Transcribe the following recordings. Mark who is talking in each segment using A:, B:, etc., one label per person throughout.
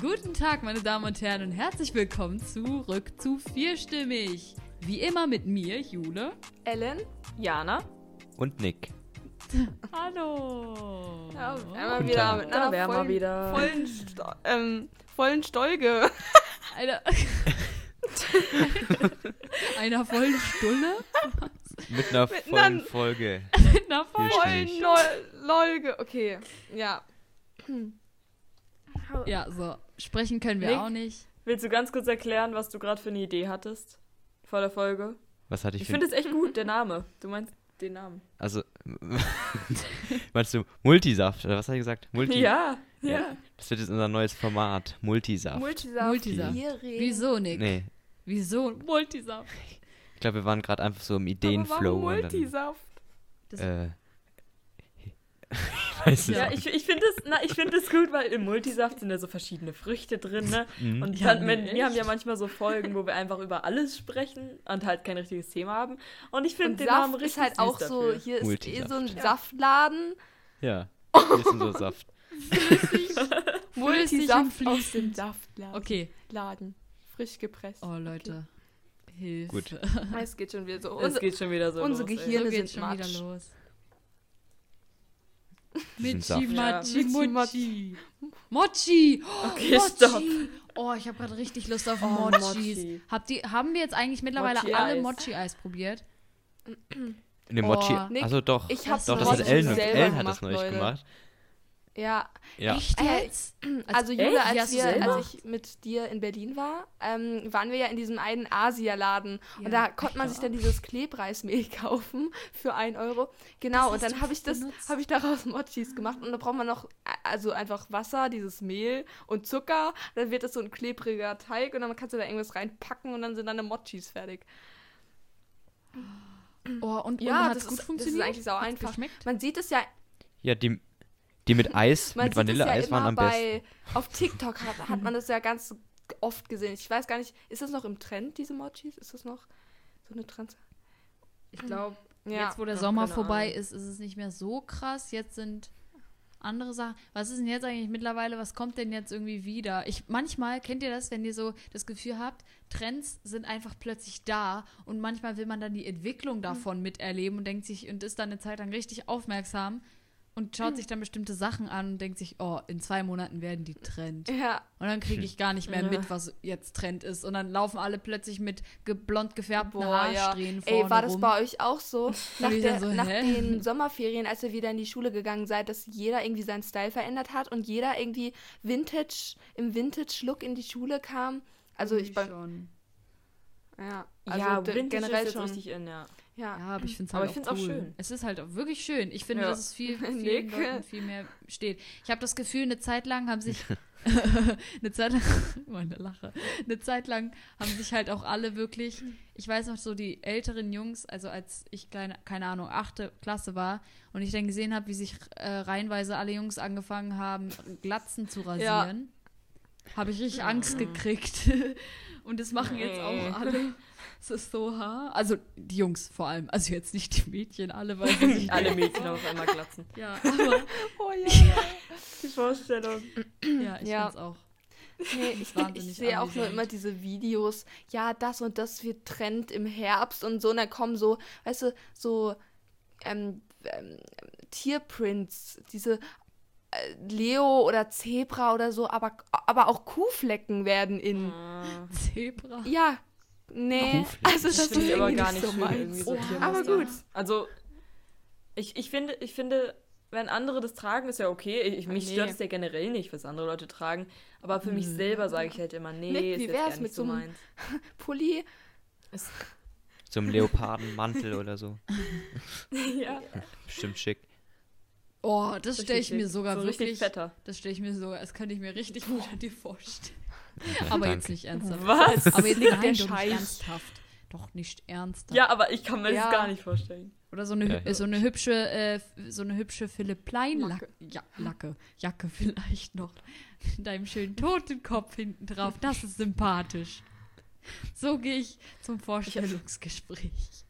A: Guten Tag, meine Damen und Herren, und herzlich willkommen zurück zu Vierstimmig. Wie immer mit mir, Jule.
B: Ellen, Jana.
C: Und Nick.
A: Hallo.
B: Ja, einmal
C: Oh. Guten
B: wieder
C: Tag.
B: mit
A: Da
B: einer
A: wär mal
B: vollen,
A: wieder.
B: vollen, Sto ähm, vollen Stolge.
A: Einer, einer vollen Stunde?
C: Mit einer
B: Mit
C: vollen
B: einer-
C: Folge.
A: Mit einer vollen.
B: Vollen
C: Nicht.
B: Lol- Lolge. Okay, ja.
A: Ja, so. Sprechen können wir
D: Nick?
A: auch nicht.
D: Willst du ganz kurz erklären, was du gerade für eine Idee hattest? Vor der Folge?
C: Was hatte ich,
D: Ich
C: für
D: finde es echt gut, der Name. Du meinst den Namen.
C: Also, meinst du Multisaft? Oder was hat er gesagt? Multi
D: Ja, ja.
C: Ja. Das wird jetzt unser neues Format. Multisaft.
B: Multisaft.
A: Multisaft.
B: Wir reden.
A: Wieso, Nick?
C: nee,
A: Wieso? Multisaft.
C: ich glaube, wir waren gerade einfach so im
B: Aber warum
C: Ideenflow. und dann,
B: Multisaft?
C: äh, ich weiß es
A: Ja,
D: Ja,
C: auch
D: ich, ich finde es, na, ich finde es gut, weil im Multisaft sind ja so verschiedene Früchte drin, ne?
C: Mhm.
D: Und
A: Ja,
D: dann, wenn,
A: nee,
D: wir haben ja manchmal so Folgen, wo wir einfach über alles sprechen und halt kein richtiges Thema haben. Und ich finde
B: Und
D: den Namen
B: Saft
D: richtig
B: ist halt
D: süß
B: auch so,
D: dafür.
B: hier ist eh
C: Multisaft.
B: so ein Saftladen.
C: Ja. Hier ist unser Saft.
A: Flüssig und
B: Multisaft aus
A: fließend.
B: dem Saftladen.
A: Okay.
B: Laden. Frisch gepresst.
A: Oh, Leute. Hilfe.
C: Gut.
B: Okay. Es geht schon wieder so.
D: Es geht schon wieder so
B: unsere
D: los, ey.
B: Gehirn- Birne
A: so geht's
B: sind
A: schon wieder
B: Matsch.
A: los.
C: Diesen
A: Michi,
D: Saft.
A: Machi,
B: Ja.
A: Mochi. Mochi!
D: Okay,
A: Mochi.
D: stopp.
A: Oh, ich habe gerade richtig Lust auf
D: Oh,
A: Mochis.
D: Mochi.
A: Habt ihr, haben wir jetzt eigentlich mittlerweile
D: Mochi-Eis.
A: alle Mochi-Eis probiert?
C: Ne,
A: Oh,
C: Mochi.
A: Nick,
C: also doch.
B: ich hab
C: doch, das
A: Mochi
C: hat Ellen und
B: selber
C: Ellen hat
B: gemacht,
C: das neulich
B: Leute.
C: gemacht.
B: Ja,
C: Ja.
A: Echt
B: Äh,
A: jetzt?
B: Also Jule,
D: echt?
A: Wie
B: als,
A: hast du
B: wir,
A: selber?
B: als ich mit dir in Berlin war, ähm, waren wir ja in diesem einen Asialaden.
A: Ja,
B: und da konnte man
A: ich
B: sich dann dieses Klebreismehl kaufen für 1 Euro. Genau,
A: Das
B: und
A: hast
B: dann
A: du
B: habe ich das,
A: benutzt.
B: habe ich daraus Mochis gemacht. Und da braucht man noch, äh, also einfach Wasser, dieses Mehl und Zucker. Dann wird das so ein klebriger Teig und dann kannst du da irgendwas reinpacken und dann sind deine Mochis fertig.
A: Oh, und,
B: Ja,
A: und hat's
B: das
A: gut
B: ist-
A: funktioniert?
B: das ist eigentlich sau
A: Hat's
B: einfach.
A: Geschmeckt?
B: Man sieht es ja
C: Ja, die, die mit Eis,
B: Man sieht
C: mit
B: es
C: Vanilleeis
B: ja
C: waren
B: immer
C: am besten.
B: bei, Auf TikTok hat, hat man das ja ganz oft gesehen. Ich weiß gar nicht, ist das noch im Trend, diese Mochis? Ist das noch so eine Trend?
D: Ich glaube,
B: Ja.
A: Jetzt, wo der
D: Ach,
A: Sommer
D: keine
A: vorbei
D: Ahnung.
A: ist, ist es nicht mehr so krass. Jetzt sind andere Sachen. Was ist denn jetzt eigentlich mittlerweile? Was kommt denn jetzt irgendwie wieder? Ich manchmal kennt ihr das, wenn ihr so das Gefühl habt, Trends sind einfach plötzlich da und manchmal will man dann die
B: Hm.
A: Entwicklung davon miterleben und denkt sich und ist dann eine Zeit lang richtig aufmerksam und
B: Hm.
A: schaut sich dann bestimmte Sachen an und denkt sich, oh, in zwei Monaten werden die Trend.
B: ja,
A: Und dann kriege ich gar nicht mehr
D: Ja.
A: mit, was jetzt Trend ist. Und dann laufen alle plötzlich mit ge- blond gefärbten
B: boah, ja.
A: Haarsträhnen vorne
B: Ey, war das
A: rum.
B: bei also euch auch so? Nach,
A: ich
B: der,
A: dann so,
B: nach
A: hä?
B: den Sommerferien, als ihr wieder in die Schule gegangen seid, dass jeder irgendwie seinen Style verändert hat und jeder irgendwie Vintage, im Vintage-Look in die Schule kam. Also ich beim,
A: schon.
B: ja, also
D: ja,
B: de-
D: Vintage
B: generell
D: ist jetzt
B: schon.
D: richtig in, ja.
B: ja.
A: Ja, aber ich finde es
D: Aber
A: halt
D: ich
A: auch,
D: find's auch
A: cool.
D: schön.
A: Es ist halt auch wirklich schön. Ich finde,
D: Ja.
A: dass es viel, vielen
B: Nick.
A: Leuten viel mehr steht. Ich habe das Gefühl, eine Zeit lang haben sich eine Zeit lang, meine Lache, eine Zeit lang haben sich halt auch alle wirklich, ich weiß noch so die älteren Jungs, also als ich kleine, keine Ahnung, achte Klasse war und ich dann gesehen habe, wie sich äh, reihenweise alle Jungs angefangen haben, Glatzen zu rasieren, habe ich richtig Angst gekriegt. und das machen jetzt
D: Nee.
A: auch alle. Es ist so haar. Also die Jungs vor allem, also jetzt nicht die Mädchen, alle, weil sie sich
D: Alle Mädchen auf einmal glatzen.
A: Ja, aber
B: Oh ja.
D: Die Vorstellung.
A: ja, ich
B: Ja.
A: find's auch.
B: Nee, ich,
A: wahnsinnig
B: ich sehe auch nur
A: amüsant.
B: immer diese Videos, ja, das und das wird Trend im Herbst und so, und dann kommen so, weißt du, so ähm, ähm, Tierprints, diese äh, Leo oder Zebra oder so, aber, aber auch Kuhflecken werden in.
D: Mhm. Ah.
A: Zebra.
B: Ja, nee, also das
D: Finde
B: ist
D: ich aber
B: irgendwie
D: gar
B: nicht
D: nicht
B: so
D: schön, irgendwie
B: meins.
D: so
A: Oha.
D: Tiermuster.
B: Aber gut.
D: Also, ich, ich, finde, ich finde, wenn andere das tragen, ist ja okay. Ich, ich- mich
B: Ah, Nee.
D: stört es ja generell nicht, was andere Leute tragen. Aber für mich selber sage ich halt immer, nee,
B: Nick,
D: ist
B: wie
D: jetzt
B: wär's
D: gar nicht
B: mit
D: so
B: so einem-
D: meins.
B: Pulli,
D: Ist,
C: So einem Leopardenmantel oder so.
D: ja,
C: Bestimmt schick.
A: Oh, das stelle ich
D: richtig
A: mir
D: schick.
A: sogar
D: so
A: wirklich.
D: Richtig fetter.
A: Das stelle ich mir sogar, das könnte ich mir richtig gut an dir vorstellen. Aber jetzt
C: Danke.
A: nicht ernsthaft.
D: Was?
A: Aber jetzt
B: Nick,
A: nein,
B: der
A: doch nicht
B: Scheiß.
A: ernsthaft. Doch nicht ernsthaft.
D: Ja, aber ich kann mir
B: Ja.
D: das gar nicht vorstellen.
A: Oder so eine,
C: Ja,
A: hü-
C: ja.
A: so eine hübsche, äh, so eine hübsche Philipp Plein Lacke.
B: Lacke.
A: Ja, Lacke. Jacke vielleicht noch. Mit deinem schönen Totenkopf hinten drauf. Das ist sympathisch. So gehe ich zum Vorstellungsgespräch.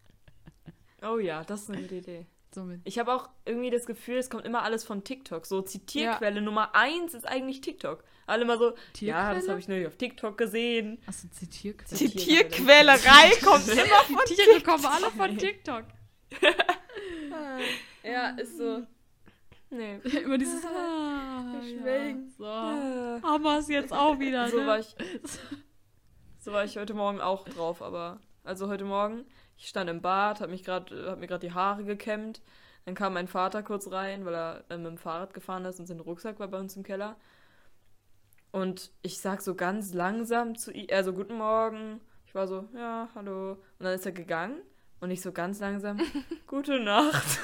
D: Oh ja, das ist eine gute Idee.
A: so mit.
D: Ich habe auch irgendwie das Gefühl, es kommt immer alles von TikTok. So Zitierquelle Nummer eins ist eigentlich TikTok. Alle mal so, ja, das
A: Tierquelle?
D: habe ich neulich auf TikTok gesehen.
A: Achso, Zitierquelle.
B: Die Tierquälerei kommt immer von
A: Die Tiere kommen alle von TikTok.
D: Ja, ist so. Nee.
A: Immer dieses. Ah,
D: Schwenk.
A: Ja.
D: Ah.
A: So. Haben wir es jetzt auch wieder.
D: So
A: ne?
D: war ich. So war ich heute Morgen auch drauf, aber. Also heute Morgen, ich stand im Bad, hab, mich grad, hab mir gerade die Haare gekämmt. Dann kam mein Vater kurz rein, weil er äh, mit dem Fahrrad gefahren ist und sein Rucksack war bei uns im Keller. Und ich sag so ganz langsam zu ihm, also guten Morgen. Ich war so, ja, hallo. Und dann ist er gegangen und ich so ganz langsam, gute Nacht.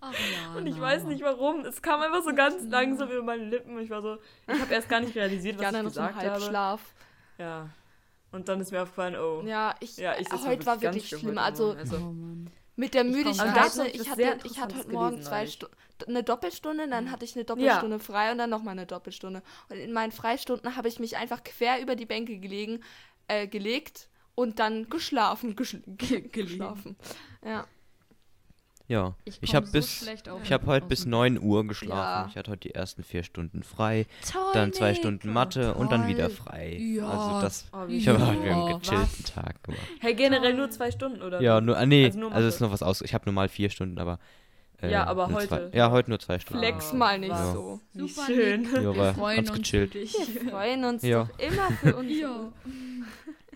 A: Ach, ja,
D: Und ich
A: na.
D: weiß nicht warum. Es kam einfach so
A: Oh
D: ganz langsam über meine Lippen. Ich war so, ich habe erst gar nicht realisiert, was
B: Jana
D: ich
B: noch so im
D: gesagt habe.
B: Halbschlaf.
D: Ja. Und dann ist mir aufgefallen, oh.
B: Ja, ich, äh,
D: Ja,
A: Ah,
D: ich, das
B: heute war wirklich
D: ganz
B: schlimm.
D: heute
A: Oh
B: Also
D: Morgen.
A: Mann.
B: mit der
A: komm
B: Müdigkeit.
A: gleich
D: noch
B: ne,
D: was
B: ich,
D: sehr
B: hatte, ich hatte
D: Interessantes
B: heute Morgen
D: gelesen,
B: zwei
D: neulich.
B: Stunden, eine Doppelstunde,
A: Mhm.
B: dann hatte ich eine Doppelstunde frei und dann nochmal eine Doppelstunde. Und in meinen Freistunden habe ich mich einfach quer über die Bänke gelegen, äh, gelegt und dann geschlafen. Geschl ge geschlafen. Ja.
C: Ja,
A: Ich
C: ich,
A: komm
C: habe
A: so
C: bis,
A: schlecht auf
C: ich hab
A: den-
C: heute
A: auf
C: bis
A: den-
C: 9 Uhr geschlafen.
B: Ja.
C: Ich hatte heute die ersten vier Stunden frei,
A: Toll,
C: dann zwei Stunden
A: Nico.
C: Mathe und dann wieder
A: Toll.
C: frei.
A: Ja.
C: Also das,
D: Oh, wie
C: ich habe heute
A: Ja,
C: einen gechillten
A: was?
C: Tag gemacht.
D: Hey, generell nur zwei Stunden, oder?
C: Ja,
D: wie?
C: nur, ah, nee,
D: Also
C: also,
D: nur
C: ist noch was aus. Ich habe normal vier Stunden, aber. äh,
D: Ja, aber
C: nur
D: heute.
C: Zwei, ja, heute nur zwei Stunden.
B: Flex mal nicht
C: Ja.
B: so.
D: Wie
A: Ah. Super,
D: schön.
C: Ja,
A: Wir
C: aber
A: freuen
C: ganz
A: uns
C: gechillt.
A: für dich.
B: Wir freuen uns
C: Ja.
B: doch immer für uns.
A: Ja.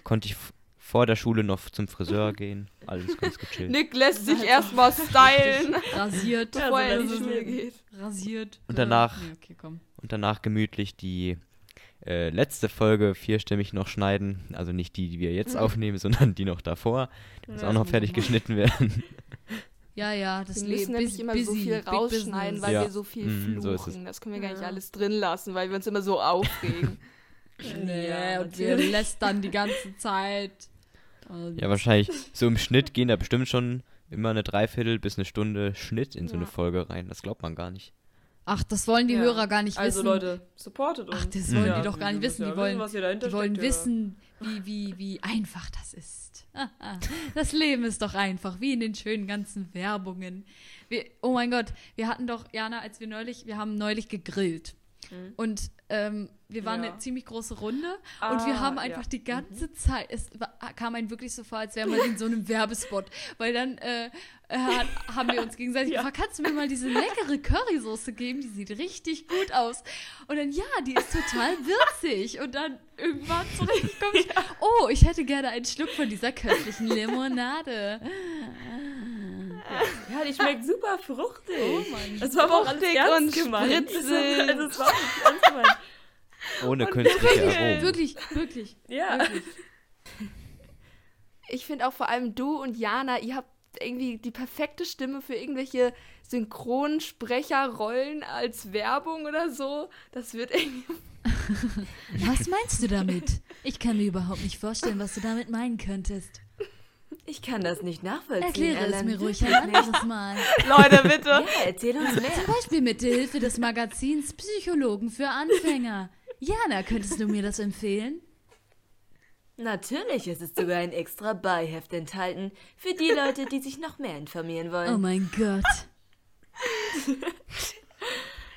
C: Konnte ich f- vor der Schule noch zum Friseur gehen. Alles ganz gechillt.
B: Nick lässt sich
A: also.
B: erstmal stylen,
A: Rasiert.
D: Ja, so
B: bevor er in
D: lässt
B: die
D: sich's
B: Schule
D: leben.
B: geht.
A: Rasiert.
C: Und
A: Äh,
C: danach-
A: Nee, okay, komm.
C: Und danach gemütlich die äh, letzte Folge vierstimmig noch schneiden. Also nicht die, die wir jetzt aufnehmen, sondern die noch davor. Die muss
D: Ja,
C: auch noch fertig geschnitten werden.
A: Ja, ja, das
B: Wir
A: Leben
B: müssen nämlich
A: bus-
B: immer so
A: busy,
B: viel
A: big
B: rausschneiden,
A: business.
B: weil
C: Ja.
B: wir so viel
C: Mhm, so ist
B: fluchen. das können wir gar nicht alles drin lassen, weil wir uns immer so aufregen.
A: Nee,
D: Ja,
A: und wir
D: natürlich.
A: lästern die ganze Zeit. Und
C: ja, wahrscheinlich. So im Schnitt gehen da bestimmt schon immer eine Dreiviertel bis eine Stunde Schnitt in so eine
B: Ja.
C: Folge rein. Das glaubt man gar nicht.
A: Ach, das wollen die
D: Ja.
A: Hörer gar nicht
D: Also
A: wissen.
D: Leute, supportet uns.
A: Ach, das wollen
C: Ja,
A: die doch gar nicht wissen.
D: ja
A: Die wollen,
D: was ihr dahinter
A: die wollen
D: steckt, ja.
A: wissen, wie, wie, wie einfach das ist. Das Leben ist doch einfach, wie in den schönen ganzen Werbungen. Wir, oh mein Gott, wir hatten doch, Jana, als wir neulich, wir haben neulich gegrillt. Und ähm, wir waren
D: Ja.
A: eine ziemlich große Runde und
D: Ah,
A: wir haben
D: ja.
A: einfach die ganze Zeit, es war, kam einem wirklich so vor, als wären wir in so einem Werbespot, weil dann äh, äh, hat, haben wir uns gegenseitig gefragt, kannst du mir mal diese leckere Currysoße geben, die sieht richtig gut aus. Und dann, ja, die ist total würzig und dann irgendwann so richtig komisch, oh, ich hätte gerne einen Schluck von dieser köstlichen Limonade.
D: Ja, die schmeckt super fruchtig.
A: Oh mein
D: Es war aber auch alles
B: Fruchtig
D: ernst
B: und
D: gemeint.
B: spritzig.
D: Also es war auch nicht ernst gemeint.
C: Ohne künstliche Aromen.
A: Wirklich, wirklich.
D: Ja.
B: Ich finde auch vor allem du und Jana, ihr habt irgendwie die perfekte Stimme für irgendwelche Synchronsprecherrollen als Werbung oder so. Das wird irgendwie.
A: Was meinst du damit? Ich kann mir überhaupt nicht vorstellen, was du damit meinen könntest.
D: Ich kann das nicht nachvollziehen.
A: Erkläre es mir ruhig ein anderes Mal.
B: Leute, bitte!
D: erzähl uns mehr.
A: Zum Beispiel mit der Hilfe des Magazins Psychologen für Anfänger. Jana, könntest du mir das empfehlen?
D: Natürlich, es ist sogar ein extra Beiheft enthalten für die Leute, die sich noch mehr informieren
A: Oh mein Gott.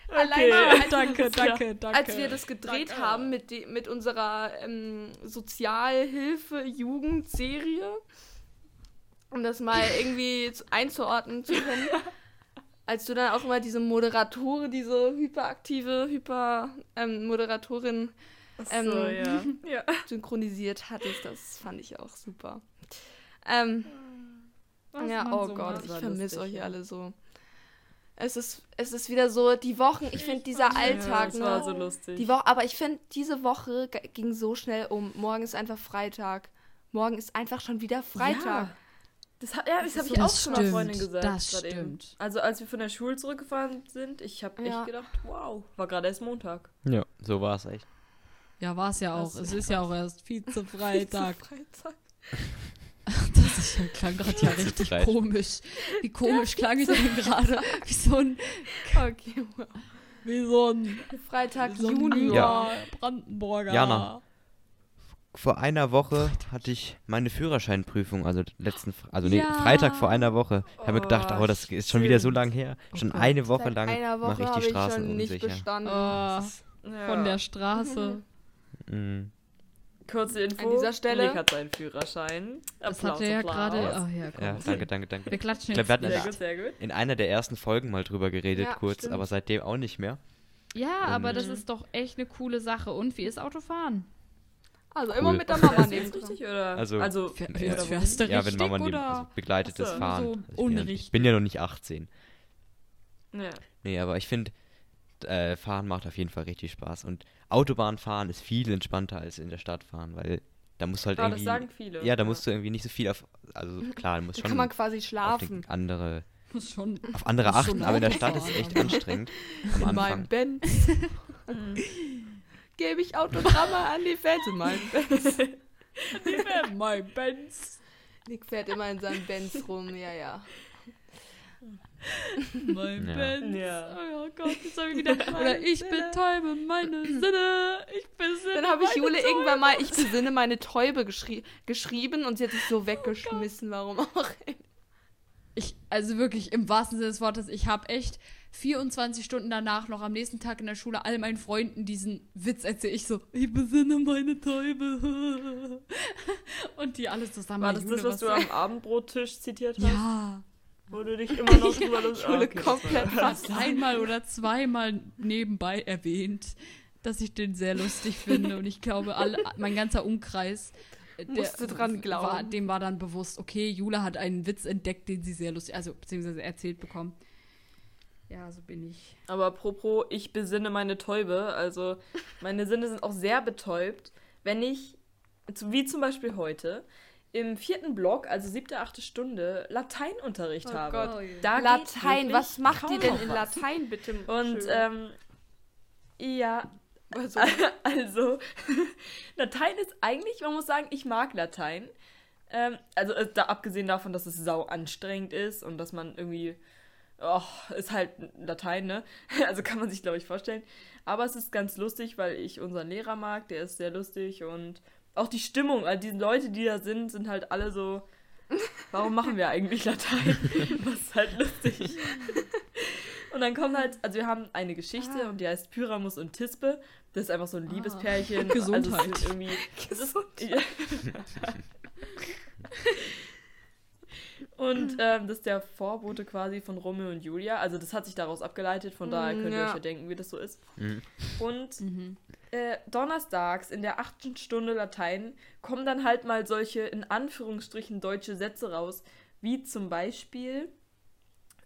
B: Allein schon, als,
D: danke, danke, danke.
B: als wir das gedreht haben mit, die, mit unserer ähm, Sozialhilfe-Jugendserie, um das mal irgendwie zu- einzuordnen zu können. Als du dann auch immer diese Moderatorin, diese hyperaktive, hyper ähm, Moderatorin ähm,
D: so, ja. ja.
B: synchronisiert hattest, das fand ich auch super. Ähm, ja,
D: man
B: oh
D: so
B: Gott,
D: macht.
B: ich
D: War
B: vermisse
D: lustig,
B: euch
D: ja.
B: alle so. Es ist, es ist wieder so, die Wochen, ich finde dieser Alltag,
D: das
B: ne?
D: war so lustig.
B: Die Woche, aber ich finde, diese Woche g- ging so schnell um. Morgen ist einfach Freitag. Morgen ist einfach schon wieder Freitag.
D: Ja. Das, ha- ja, das habe ich
A: Das
D: auch schon mal Freundin
A: stimmt,
D: gesagt.
A: das
D: grad eben.
A: stimmt.
D: Also als wir von der Schule zurückgefahren sind, ich habe
B: Ja.
D: echt gedacht, wow, war gerade erst Montag.
C: Ja, so war es echt.
A: Ja, war es ja auch.
D: Das
A: Es ist ja auch erst Vize-Freitag.
B: Freitag.
A: Das ist ja, klang gerade ja richtig
C: Freitag.
A: komisch. Wie komisch klang ich denn gerade? Wie so ein,
B: Okay, wow.
A: wie so ein,
B: Freitag,
A: so ein
B: Juni.
A: Junior Brandenburger.
C: Jana. vor einer Woche hatte ich meine Führerscheinprüfung, also letzten, Fre- also nee,
A: Ja.
C: Freitag vor einer Woche. Ich habe mir
D: Oh,
C: gedacht, oh, das ist schon wieder so
D: stimmt.
C: lang her. Schon
A: Gott.
C: eine Woche
B: Seit
C: lang
B: einer Woche
C: mache ich die
B: habe
C: Straßen
B: schon nicht
C: unsicher.
B: bestanden.
A: Oh,
D: Ja.
A: von der Straße.
C: Mm.
D: Kurze Info.
B: An dieser Stelle-
D: Nick hat seinen Führerschein.
A: Das
D: Applaus,
A: hat er ja
D: Applaus.
A: gerade. Oh, ja, komm.
C: Ja, danke, danke, danke.
A: Wir klatschen
C: Ich glaub,
A: jetzt.
C: wir hatten
D: Sehr
A: nicht.
C: das-
D: gut, sehr gut.
C: in einer der ersten Folgen mal drüber geredet,
B: Ja,
C: kurz,
B: stimmt.
C: aber seitdem auch nicht mehr.
A: Ja, aber das
D: Mhm.
A: ist doch echt eine coole Sache. Und wie ist Autofahren?
B: Also immer
C: Cool.
B: mit der Mama neben
D: Ist
B: dran.
D: richtig, oder?
C: Also-
D: also
A: Fähr-
D: oder
A: fährst-
D: wo?
A: fährst du
C: ja, wenn Mama
A: richtig,
C: neben,
A: oder?
C: also begleitetes
D: Ach so.
C: Fahren.
A: So
C: ich, bin ja, ich
A: unrichtig.
C: bin ja noch nicht 18.
D: Ja. Ah,
C: Nee, aber ich finde, äh, Fahren macht auf jeden Fall richtig Spaß. Und Autobahnfahren ist viel entspannter als in der Stadt fahren, weil da musst du halt
D: Ah, das
C: irgendwie.
D: sagen viele.
C: Ja, da musst du irgendwie nicht so viel auf. Also klar, du musst
B: Da
C: schon
B: kann man quasi
C: auf, die
B: schlafen.
C: andere,
A: Muss schon.
C: auf andere
A: Muss schon
C: achten, aber in der Stadt ist
A: Autofahren,
C: es echt
A: aber-
C: anstrengend. Am
B: In meinem
C: Anfang.
B: Benz gebe ich Autogramme an die Fans. In meinem Benz.
A: mein Benz.
B: Nick fährt immer in seinem Benz rum, ja, ja.
A: Mein
C: Ja.
A: Benz.
D: Ja.
A: Oh Gott, jetzt habe ich wieder. Oder ich
B: Sinne.
A: betäube meine Sinne. Ich besinne.
B: Dann habe ich
A: meine
B: Jule
A: Sinne.
B: irgendwann mal, ich besinne meine Täube geschrie geschrieben und sie hat sich so weggeschmissen, warum auch.
A: Ich, also wirklich im wahrsten Sinne des Wortes, ich habe echt 24 Stunden danach noch am nächsten Tag in der Schule all meinen Freunden diesen Witz erzählt. Ich so, ich besinne meine Täube. Und die alle zusammen.
D: War das
A: Jule,
D: das, was du am Abendbrottisch zitiert hast?
A: Ja.
D: Wo du dich immer noch drüber lustig
B: Jule komplett
D: das war-
A: fast einmal oder zweimal nebenbei erwähnt, dass ich den sehr lustig finde. Und ich glaube, alle, mein ganzer Umkreis äh, der
B: Musste dran glauben.
A: War, dem war dann bewusst, okay, Jule hat einen Witz entdeckt, den sie sehr lustig, also beziehungsweise erzählt bekommen. Ja, so bin ich.
D: Aber apropos, ich besinne meine Täube. Also, meine Sinne sind auch sehr betäubt, wenn ich, zu- wie zum Beispiel heute, im vierten Block, also siebte, achte Stunde, Lateinunterricht
B: Oh
D: habe.
B: Gott.
D: Da geht
B: Latein,
D: wirklich
B: was macht
D: kaum
B: ihr denn
D: noch
B: in
D: was.
B: Latein bitte?
D: Und ähm, ja,
B: also,
D: also Latein ist eigentlich, man muss sagen, ich mag Latein. Ähm, also äh, da abgesehen davon, dass es sau anstrengend ist und dass man irgendwie Och, ist halt Latein, ne? Also kann man sich, glaube ich, vorstellen. Aber es ist ganz lustig, weil ich unseren Lehrer mag, der ist sehr lustig und auch die Stimmung, also die Leute, die da sind, sind halt alle so, warum machen wir eigentlich Latein? Das ist halt lustig. Und dann kommt halt, also wir haben eine Geschichte und die heißt Pyramus und Tispe. Das ist einfach so ein Liebespärchen.
A: Gesundheit.
D: Also es ist irgendwie, Gesundheit. und ähm, das ist der Vorbote quasi von Romeo und Julia. Also das hat sich daraus abgeleitet, von daher
B: Mm,
D: könnt ihr
B: ja.
D: euch ja denken, wie das so ist.
C: Mhm.
D: Und
A: Mhm.
D: äh, donnerstags in der achten Stunde Latein kommen dann halt mal solche in Anführungsstrichen deutsche Sätze raus, wie zum Beispiel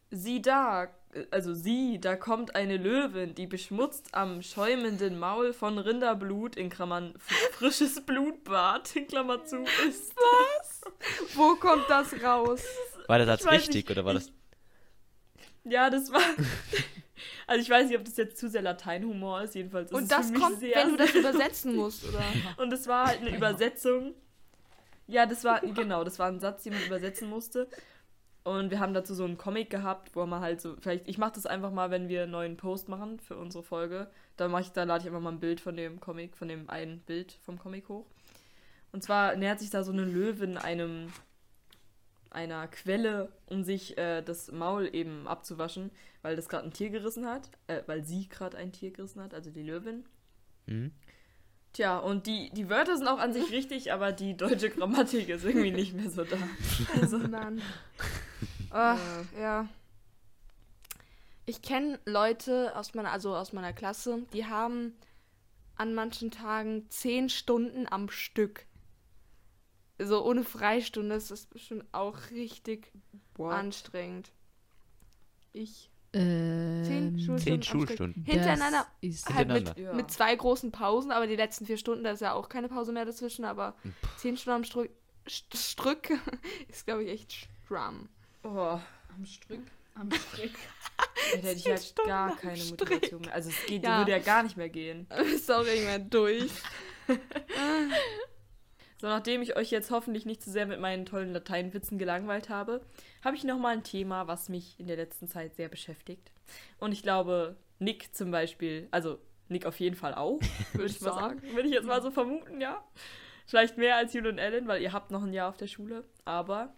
D: Sie da, äh, also sie, da kommt eine Löwin, die beschmutzt am schäumenden Maul von Rinderblut in Klammern f- frisches Blutbad in Klammer zu ist.
B: wo kommt das raus?
C: War der Satz
D: weiß
C: richtig
D: nicht,
C: oder war das.
D: Ja, das war. Also ich weiß nicht, ob das jetzt zu sehr Lateinhumor ist, jedenfalls ist es
B: Und das
D: für mich
B: kommt,
D: sehr,
B: wenn du das
D: sehr
B: übersetzen musst, oder?
D: Und es war halt eine Übersetzung. Ja, das war, genau, das war ein Satz, den man übersetzen musste. Und wir haben dazu so einen Comic gehabt, wo man halt so, vielleicht, ich mache das einfach mal, wenn wir einen neuen Post machen für unsere Folge. Da mache ich, da lade ich einfach mal ein Bild von dem Comic, von dem einen Bild vom Comic hoch. Und zwar nähert sich da so eine Löwin einem, einer Quelle, um sich äh, das Maul eben abzuwaschen, weil das gerade ein Tier gerissen hat, äh, weil sie gerade ein Tier gerissen hat, also die Löwin.
C: Mhm.
D: Tja, und die, die Wörter sind auch an sich richtig, aber die deutsche Grammatik ist irgendwie nicht mehr so da.
B: Also, Mann. Ach, ja. Ich kenne Leute aus meiner, also aus meiner Klasse, die haben an manchen Tagen zehn Stunden am Stück. So ohne Freistunde, das ist bestimmt auch richtig anstrengend. Ich. Zehn Schulstunden.
C: Zehn
B: am Stück.
C: Schulstunden.
B: Hintereinander.
A: Ist
B: Halt mit,
D: Hintereinander.
B: mit zwei großen Pausen, aber die letzten vier Stunden, da ist ja auch keine Pause mehr dazwischen, aber zehn Stunden am Strück, St- Strück ist, glaube ich, echt stramm.
D: Oh,
A: am Strick. Am Strick.
D: da hätte ich halt gar keine Motivation mehr. Also es geht,
B: Ja.
D: würde ja gar nicht mehr gehen.
B: ist auch irgendwann durch.
D: So, nachdem ich euch jetzt hoffentlich nicht zu sehr mit meinen tollen Lateinwitzen gelangweilt habe, habe ich nochmal ein Thema, was mich in der letzten Zeit sehr beschäftigt. Und ich glaube, Nick zum Beispiel, also Nick auf jeden Fall auch, würde ich mal sagen. Würde ich jetzt mal so vermuten, ja. Vielleicht mehr als Jule und Ellen, weil ihr habt noch ein Jahr auf der Schule. Aber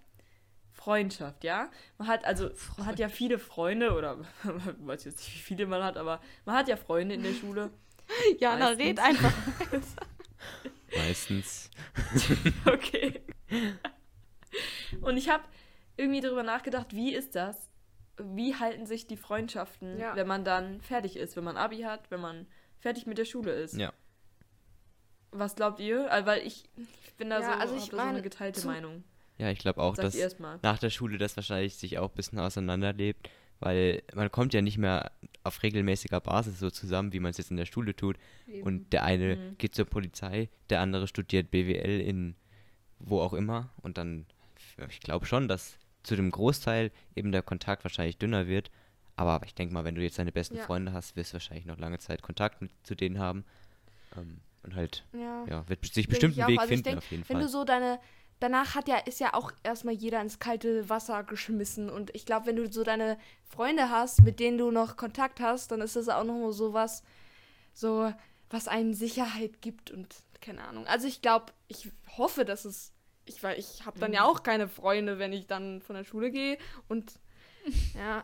D: Freundschaft, ja? Man hat also, man hat ja viele Freunde oder man weiß jetzt nicht, wie viele man hat, aber man hat ja Freunde in der Schule.
B: Jana,
D: Meistens.
B: red einfach.
C: Meistens.
D: Okay. Und ich habe irgendwie darüber nachgedacht, wie ist das? Wie halten sich die Freundschaften,
B: Ja.
D: wenn man dann fertig ist, wenn man Abi hat, wenn man fertig mit der Schule ist?
C: Ja.
D: Was glaubt ihr? Äh, Weil ich, ich bin da
B: Ja,
D: so,
B: also
D: hab
B: ich
D: da so eine
B: meine,
D: geteilte
B: zu-
D: Meinung.
C: Ja, ich glaube auch,
D: Sagt
C: dass
D: ihr erstmal.
C: nach der Schule das wahrscheinlich sich auch ein bisschen auseinanderlebt, weil man kommt ja nicht mehr auf regelmäßiger Basis so zusammen, wie man es jetzt in der Schule tut. Und der eine
B: Mhm.
C: geht zur Polizei, der andere studiert BWL in wo auch immer. Und dann, ich glaube schon, dass zu dem Großteil eben der Kontakt wahrscheinlich dünner wird. Aber ich denke mal, wenn du jetzt deine besten
B: Ja.
C: Freunde hast, wirst du wahrscheinlich noch lange Zeit Kontakt mit, zu denen haben. Ähm, und halt,
B: Ja.
C: ja, wird sich
B: Denk
C: bestimmt
B: ich
C: einen
B: auch.
C: Weg
B: Also ich
C: finden,
B: denk,
C: auf jeden
B: Wenn
C: Fall.
B: du so deine. Danach hat ja, ist ja auch erstmal jeder ins kalte Wasser geschmissen. Und ich glaube, wenn du so deine Freunde hast, mit denen du noch Kontakt hast, dann ist das auch nochmal so was, so, was einem Sicherheit gibt und keine Ahnung. Also ich glaube, ich hoffe, dass es. Ich, weil ich habe dann ja auch keine Freunde, wenn ich dann von der Schule gehe. Und ja,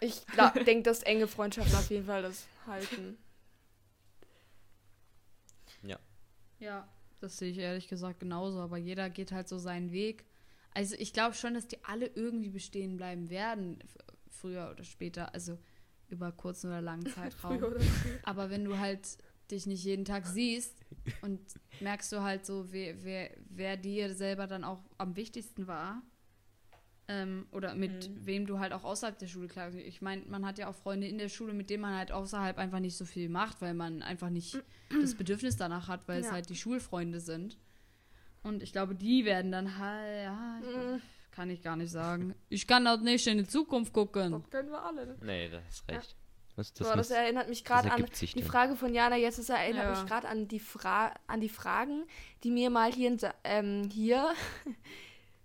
B: ich denke, dass enge Freundschaften auf jeden Fall das halt, halten.
A: Ja, das sehe ich ehrlich gesagt genauso, aber jeder geht halt so seinen Weg. Also ich glaube schon, dass die alle irgendwie bestehen bleiben werden, f- früher oder später, also über kurzen oder langen Zeitraum.
B: Früher oder
A: aber wenn du halt dich nicht jeden Tag siehst und merkst du halt so, wer, wer, wer dir selber dann auch am wichtigsten war ähm, oder mit wem du halt auch außerhalb der Schule klar. Ich meine, man hat ja auch Freunde in der Schule, mit denen man halt außerhalb einfach nicht so viel macht, weil man einfach nicht das Bedürfnis danach hat, weil es
B: Ja.
A: halt die Schulfreunde sind. Und ich glaube, die werden dann halt, ja, ich,
B: Mm.
A: kann ich gar nicht sagen. Ich kann auch nicht in die Zukunft gucken.
B: Doch können wir alle. ne?
C: Nee, das ist
B: Ja.
C: recht. Das, das
B: Das, Boah,
C: muss,
B: das erinnert mich gerade an
C: ergibt sich
B: die
C: dann.
B: Frage von Jana jetzt. Das erinnert
D: Ja.
B: mich gerade an die Fra an die Fragen, die mir mal hier in, Sa- ähm, hier,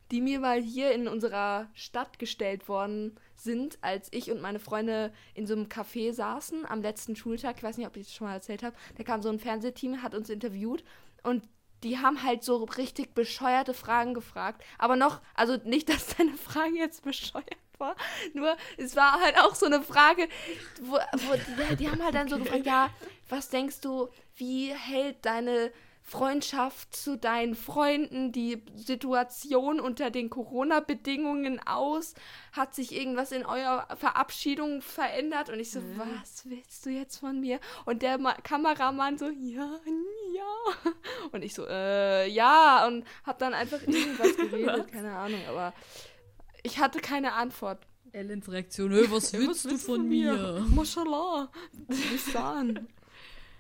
B: die mir mal hier in unserer Stadt gestellt worden sind, als ich und meine Freunde in so einem Café saßen am letzten Schultag. Ich weiß nicht, ob ich das schon mal erzählt habe. Da kam so ein Fernsehteam, hat uns interviewt und die haben halt so richtig bescheuerte Fragen gefragt. Aber noch, also nicht, dass deine Frage jetzt bescheuert war, nur es war halt auch so eine Frage, wo, wo die, die haben halt dann so gefragt, ja, was denkst du, wie hält deine Freundschaft zu deinen Freunden die Situation unter den Corona-Bedingungen aus? Hat sich irgendwas in eurer Verabschiedung verändert? Und ich so, was willst du jetzt von mir? Und der Ma Kameramann so, ja, ja. Und ich so, äh, ja. Und hab dann einfach irgendwas geredet, keine Ahnung, aber ich hatte keine Antwort.
A: Ellens Reaktion, "Hö, was willst du von mir?
B: Mashallah. Lisan.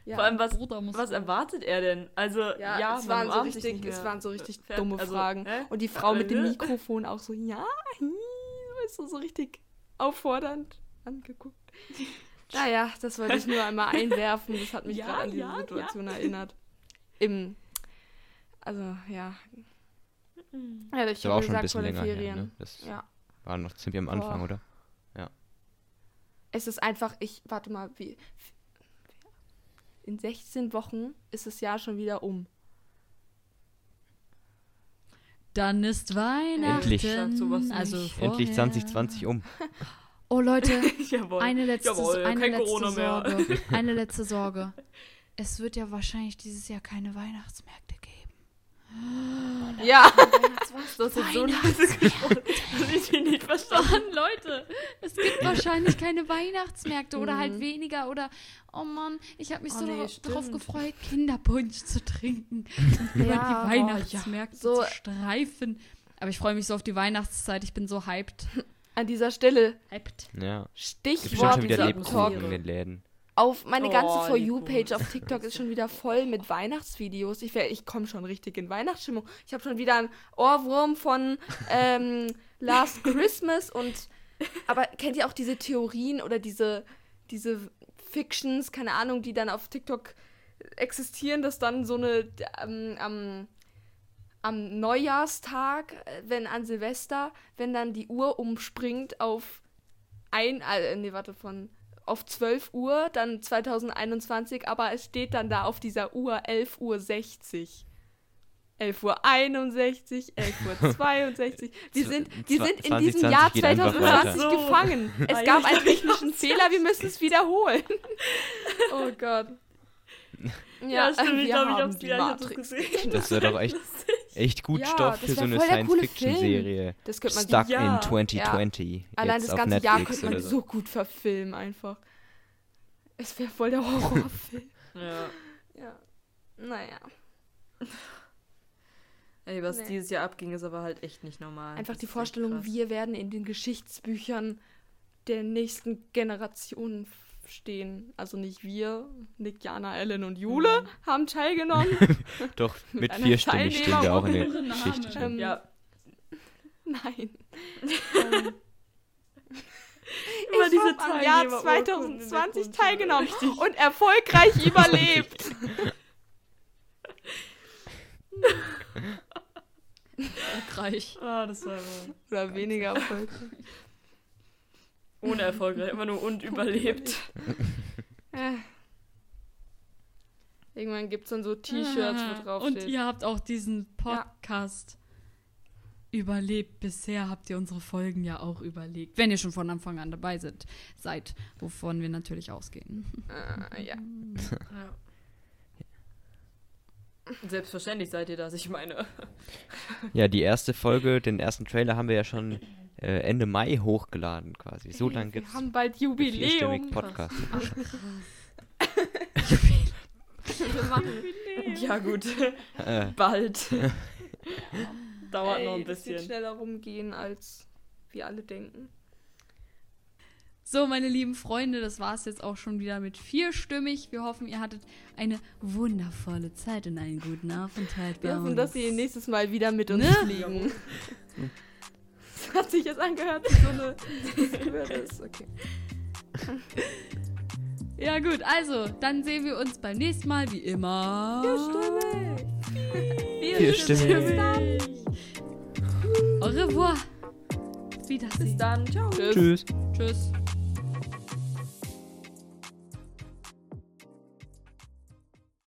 B: Ja.
D: Vor allem, was,
A: Bruder muss
D: was erwartet er denn? Also, ja,
B: ja, es,
D: man
B: waren so
D: umarmt sich
B: richtig,
D: nicht
B: es
D: mehr.
B: waren so richtig
D: Fährt-
B: dumme
D: also,
B: Fragen.
D: hä?
B: Und die Frau mit dem
D: Äh,
B: Mikrofon auch so, ja, hi, weißt du, so richtig auffordernd angeguckt. Naja, das wollte ich nur einmal einwerfen. Das hat mich
D: Ja,
B: gerade an diese
D: ja, ja.
B: Situation erinnert. Im, also, ja. Ja, ich
C: das war
B: habe
C: auch schon ein
B: gesagt, vor den
C: bisschen länger her.
B: Ferien.
C: Ne? Das
B: Ja.
C: war noch ziemlich am Anfang,
B: Boah.
C: oder?
B: Es ist einfach, ich, warte mal, wie. In 16 Wochen ist das Jahr schon wieder um.
A: Dann ist Weihnachten.
C: Endlich.
D: Ich sag sowas nicht.
A: Also
C: Endlich
A: vorher.
C: 2020 um.
A: Oh Leute,
D: Jawohl.
A: eine letzte,
D: Jawohl,
A: eine
D: kein
A: letzte
D: Corona mehr.
A: Sorge. Eine letzte Sorge. Es wird ja wahrscheinlich dieses Jahr keine Weihnachtsmärkte geben.
B: Ja! Das ist so
D: Hab ich ihn nicht verstanden.
A: Mann, Leute, es gibt wahrscheinlich keine Weihnachtsmärkte oder halt weniger oder oh Mann, ich habe mich
B: Oh
A: so
B: nee,
A: darauf- darauf
D: stimmt.
A: gefreut, Kinderpunsch zu trinken und über
B: Ja,
A: die Weihnachtsmärkte
B: So-
A: zu streifen. Aber ich freue mich so auf die Weihnachtszeit, ich bin so hyped.
B: An dieser Stelle,
A: hyped.
C: Ja. Gibt schon,
B: Stichwort
C: schon wieder
D: dieser
C: Lebkuchen in
B: TikTok.
D: Atmosphäre.
C: den Läden.
B: Auf meine
D: Oh,
B: ganze For
D: Nico.
B: You-Page auf TikTok ist schon wieder voll mit Weihnachtsvideos. Ich, wär- ich komme schon richtig in Weihnachtsstimmung. Ich habe schon wieder einen Ohrwurm von ähm, Last Christmas und. Aber kennt ihr auch diese Theorien oder diese, diese Fictions, keine Ahnung, die dann auf TikTok existieren, dass dann so eine ähm, am, am Neujahrstag, äh, wenn an Silvester, wenn dann die Uhr umspringt auf ein, äh, nee, warte, von auf 12 Uhr, dann 2021, aber es steht dann da auf dieser Uhr 11.60 Uhr. 11.61 Uhr, 11.62 Uhr. Wir
C: Zw-
B: sind, wir
C: zwa-
B: sind in
C: 20,
B: diesem Jahr
C: 20 geht einfach
B: 2020
D: weiter.
B: gefangen.
D: Ah,
B: Es
D: ja,
B: gab einen technischen Fehler, wir müssen es wiederholen.
D: Oh Gott.
B: Ja,
D: stimmt, ich
B: wir
D: glaube, ich
B: haben
D: hab's
B: die
D: wieder. Ich hab's
B: Matrix.
D: gesehen.
C: Das wäre doch echt, echt gut
B: Ja,
C: Stoff
B: das
C: für so
B: wär
C: eine
B: voll der coole
C: Science-Fiction-Serie.
B: Das könnte man sich
C: Stuck
D: Ja.
C: in 2020.
B: Allein
C: jetzt
B: das
C: auf
B: ganze
C: Netflix
B: Jahr könnte man
C: oder
B: die so gut verfilmen einfach. Es wäre voll der Horrorfilm.
D: Ja.
B: ja. Naja.
D: Ey, was
B: Nee.
D: dieses Jahr abging, ist aber halt echt nicht normal.
B: Einfach
D: Das
B: die
D: ist echt
B: Vorstellung,
D: krass.
B: wir werden in den Geschichtsbüchern der nächsten Generationen f- stehen. Also nicht wir, Nick, Jana, Ellen und Jule haben teilgenommen.
C: Doch, mit
B: einer
C: vierstimmig stehen wir auch in der
A: Teilnehmerin.
C: Geschichte. drin.
B: Ähm,
D: Ja,
B: Nein.
D: Immer
B: Ähm. ich
D: diese
B: habe am Jahr
D: Teilnehmerurkunden in der
B: 2020
D: Grundschule.
B: teilgenommen und erfolgreich überlebt.
A: Erfolgreich.
D: Ah, das war aber
B: Oder weniger erfolgreich.
D: ohne erfolgreich, immer nur und überlebt.
B: Äh. Irgendwann gibt es dann so T-Shirts,
D: Ah,
B: wo draufsteht.
A: Mhm. Und ihr habt auch diesen Podcast überlebt. Bisher habt ihr unsere Folgen ja auch überlegt. Wenn ihr schon von Anfang an dabei seid, seid wovon wir natürlich ausgehen.
B: Äh, ja.
D: Ja. Selbstverständlich seid ihr das, ich meine.
B: Ähm.
C: Ja, die erste Folge, den ersten Trailer haben wir ja schon äh, Ende Mai hochgeladen quasi. So lange gibt
B: Wir
C: es
B: haben bald
C: vierstimmig
B: Jubiläum.
C: Podcast.
B: Wir machen
D: Ja, gut.
C: Äh,
D: Bald. Dauert noch
B: Ey,
D: ein
B: das wird
D: bisschen.
B: schneller rumgehen, als wir alle denken.
A: So, meine lieben Freunde, das war's jetzt auch schon wieder mit vierstimmig. Wir hoffen, ihr hattet eine wundervolle Zeit und einen guten Aufenthalt. bei
B: Wir hoffen,
A: uns.
B: dass sie nächstes Mal wieder mit uns
A: Ne?
B: fliegen. Das hat sich jetzt angehört wie so eine Skirtis. Okay.
A: Ja, gut, also, dann sehen wir uns beim nächsten Mal, wie immer.
C: vierstimmig.
A: Au revoir. Auf Wiedersehen.
B: Dann, ciao. Tschüss.
C: Tschüss.
A: Tschüss.